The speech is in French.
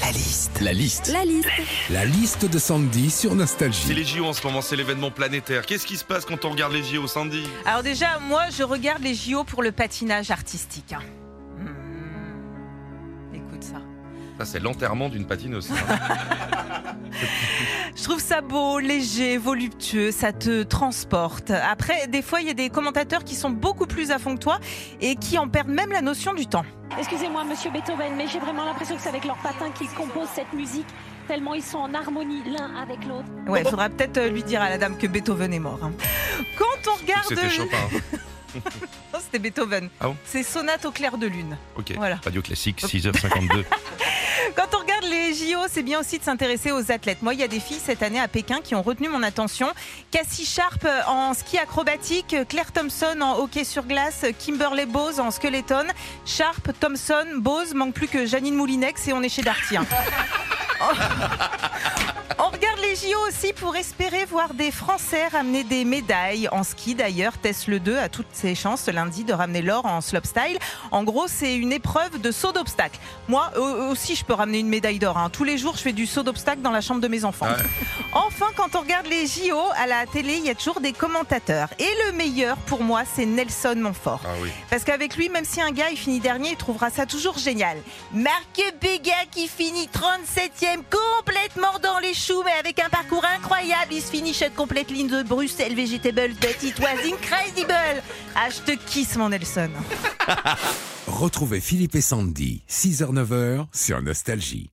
La liste. La liste. La liste. La liste de Sandy sur C'est Nostalgie. les JO en ce moment, c'est l'événement planétaire. Qu'est-ce qui se passe quand on regarde les JO samedi Alors déjà, moi, je regarde les JO pour le patinage artistique. hein. Hmm. Écoute ça. Ça, c'est l'enterrement d'une patineuse. hein. Je trouve ça beau, léger, voluptueux, ça te transporte. Après, des fois, il y a des commentateurs qui sont beaucoup plus à fond que toi et qui en perdent même la notion du temps. Excusez-moi, monsieur Beethoven, mais j'ai vraiment l'impression que c'est avec leurs patins qu'ils composent cette musique, tellement ils sont en harmonie l'un avec l'autre. Ouais, Oh. il faudra peut-être euh, lui dire à la dame que Beethoven est mort. hein. Quand on regarde... C'était Chopin. Non, C'était Beethoven. Ah bon C'est Sonate au clair de lune. Ok. Voilà. Radio classique, 6h52. Quand on regarde les JO, c'est bien aussi de s'intéresser aux athlètes. Moi, il y a des filles cette année à Pékin qui ont retenu mon attention. Cassie Sharp en ski acrobatique, Claire Thompson en hockey sur glace, Kimberley Bose en skeleton. Sharp, Thompson, Bose, manque plus que Janine Moulinex et on est chez Darty. hein. On regarde les JO aussi pour espérer voir des Français ramener des médailles. En ski d'ailleurs, Tess Le 2 a toutes ses chances lundi de ramener l'or en slopestyle. En gros, c'est une épreuve de saut d'obstacle. Moi euh, aussi, je peux ramener une médaille d'or. hein. Tous les jours, je fais du saut d'obstacle dans la chambre de mes enfants. Ouais. Enfin, quand on regarde les JO à la télé, il y a toujours des commentateurs. Et le meilleur pour moi, c'est Nelson Montfort. Ah oui. Parce qu'avec lui, même si un gars il finit dernier, il trouvera ça toujours génial. Marc Béga qui finit 37e, complètement dans les choux, mais avec un parcours incroyable. Il se finit chez Complete Line de Bruxelles, Vegetable, That It Was Incredible. Ah, je te kiss, mon Nelson. Retrouvez Philippe et Sandy, 6h-9h sur Nostalgie.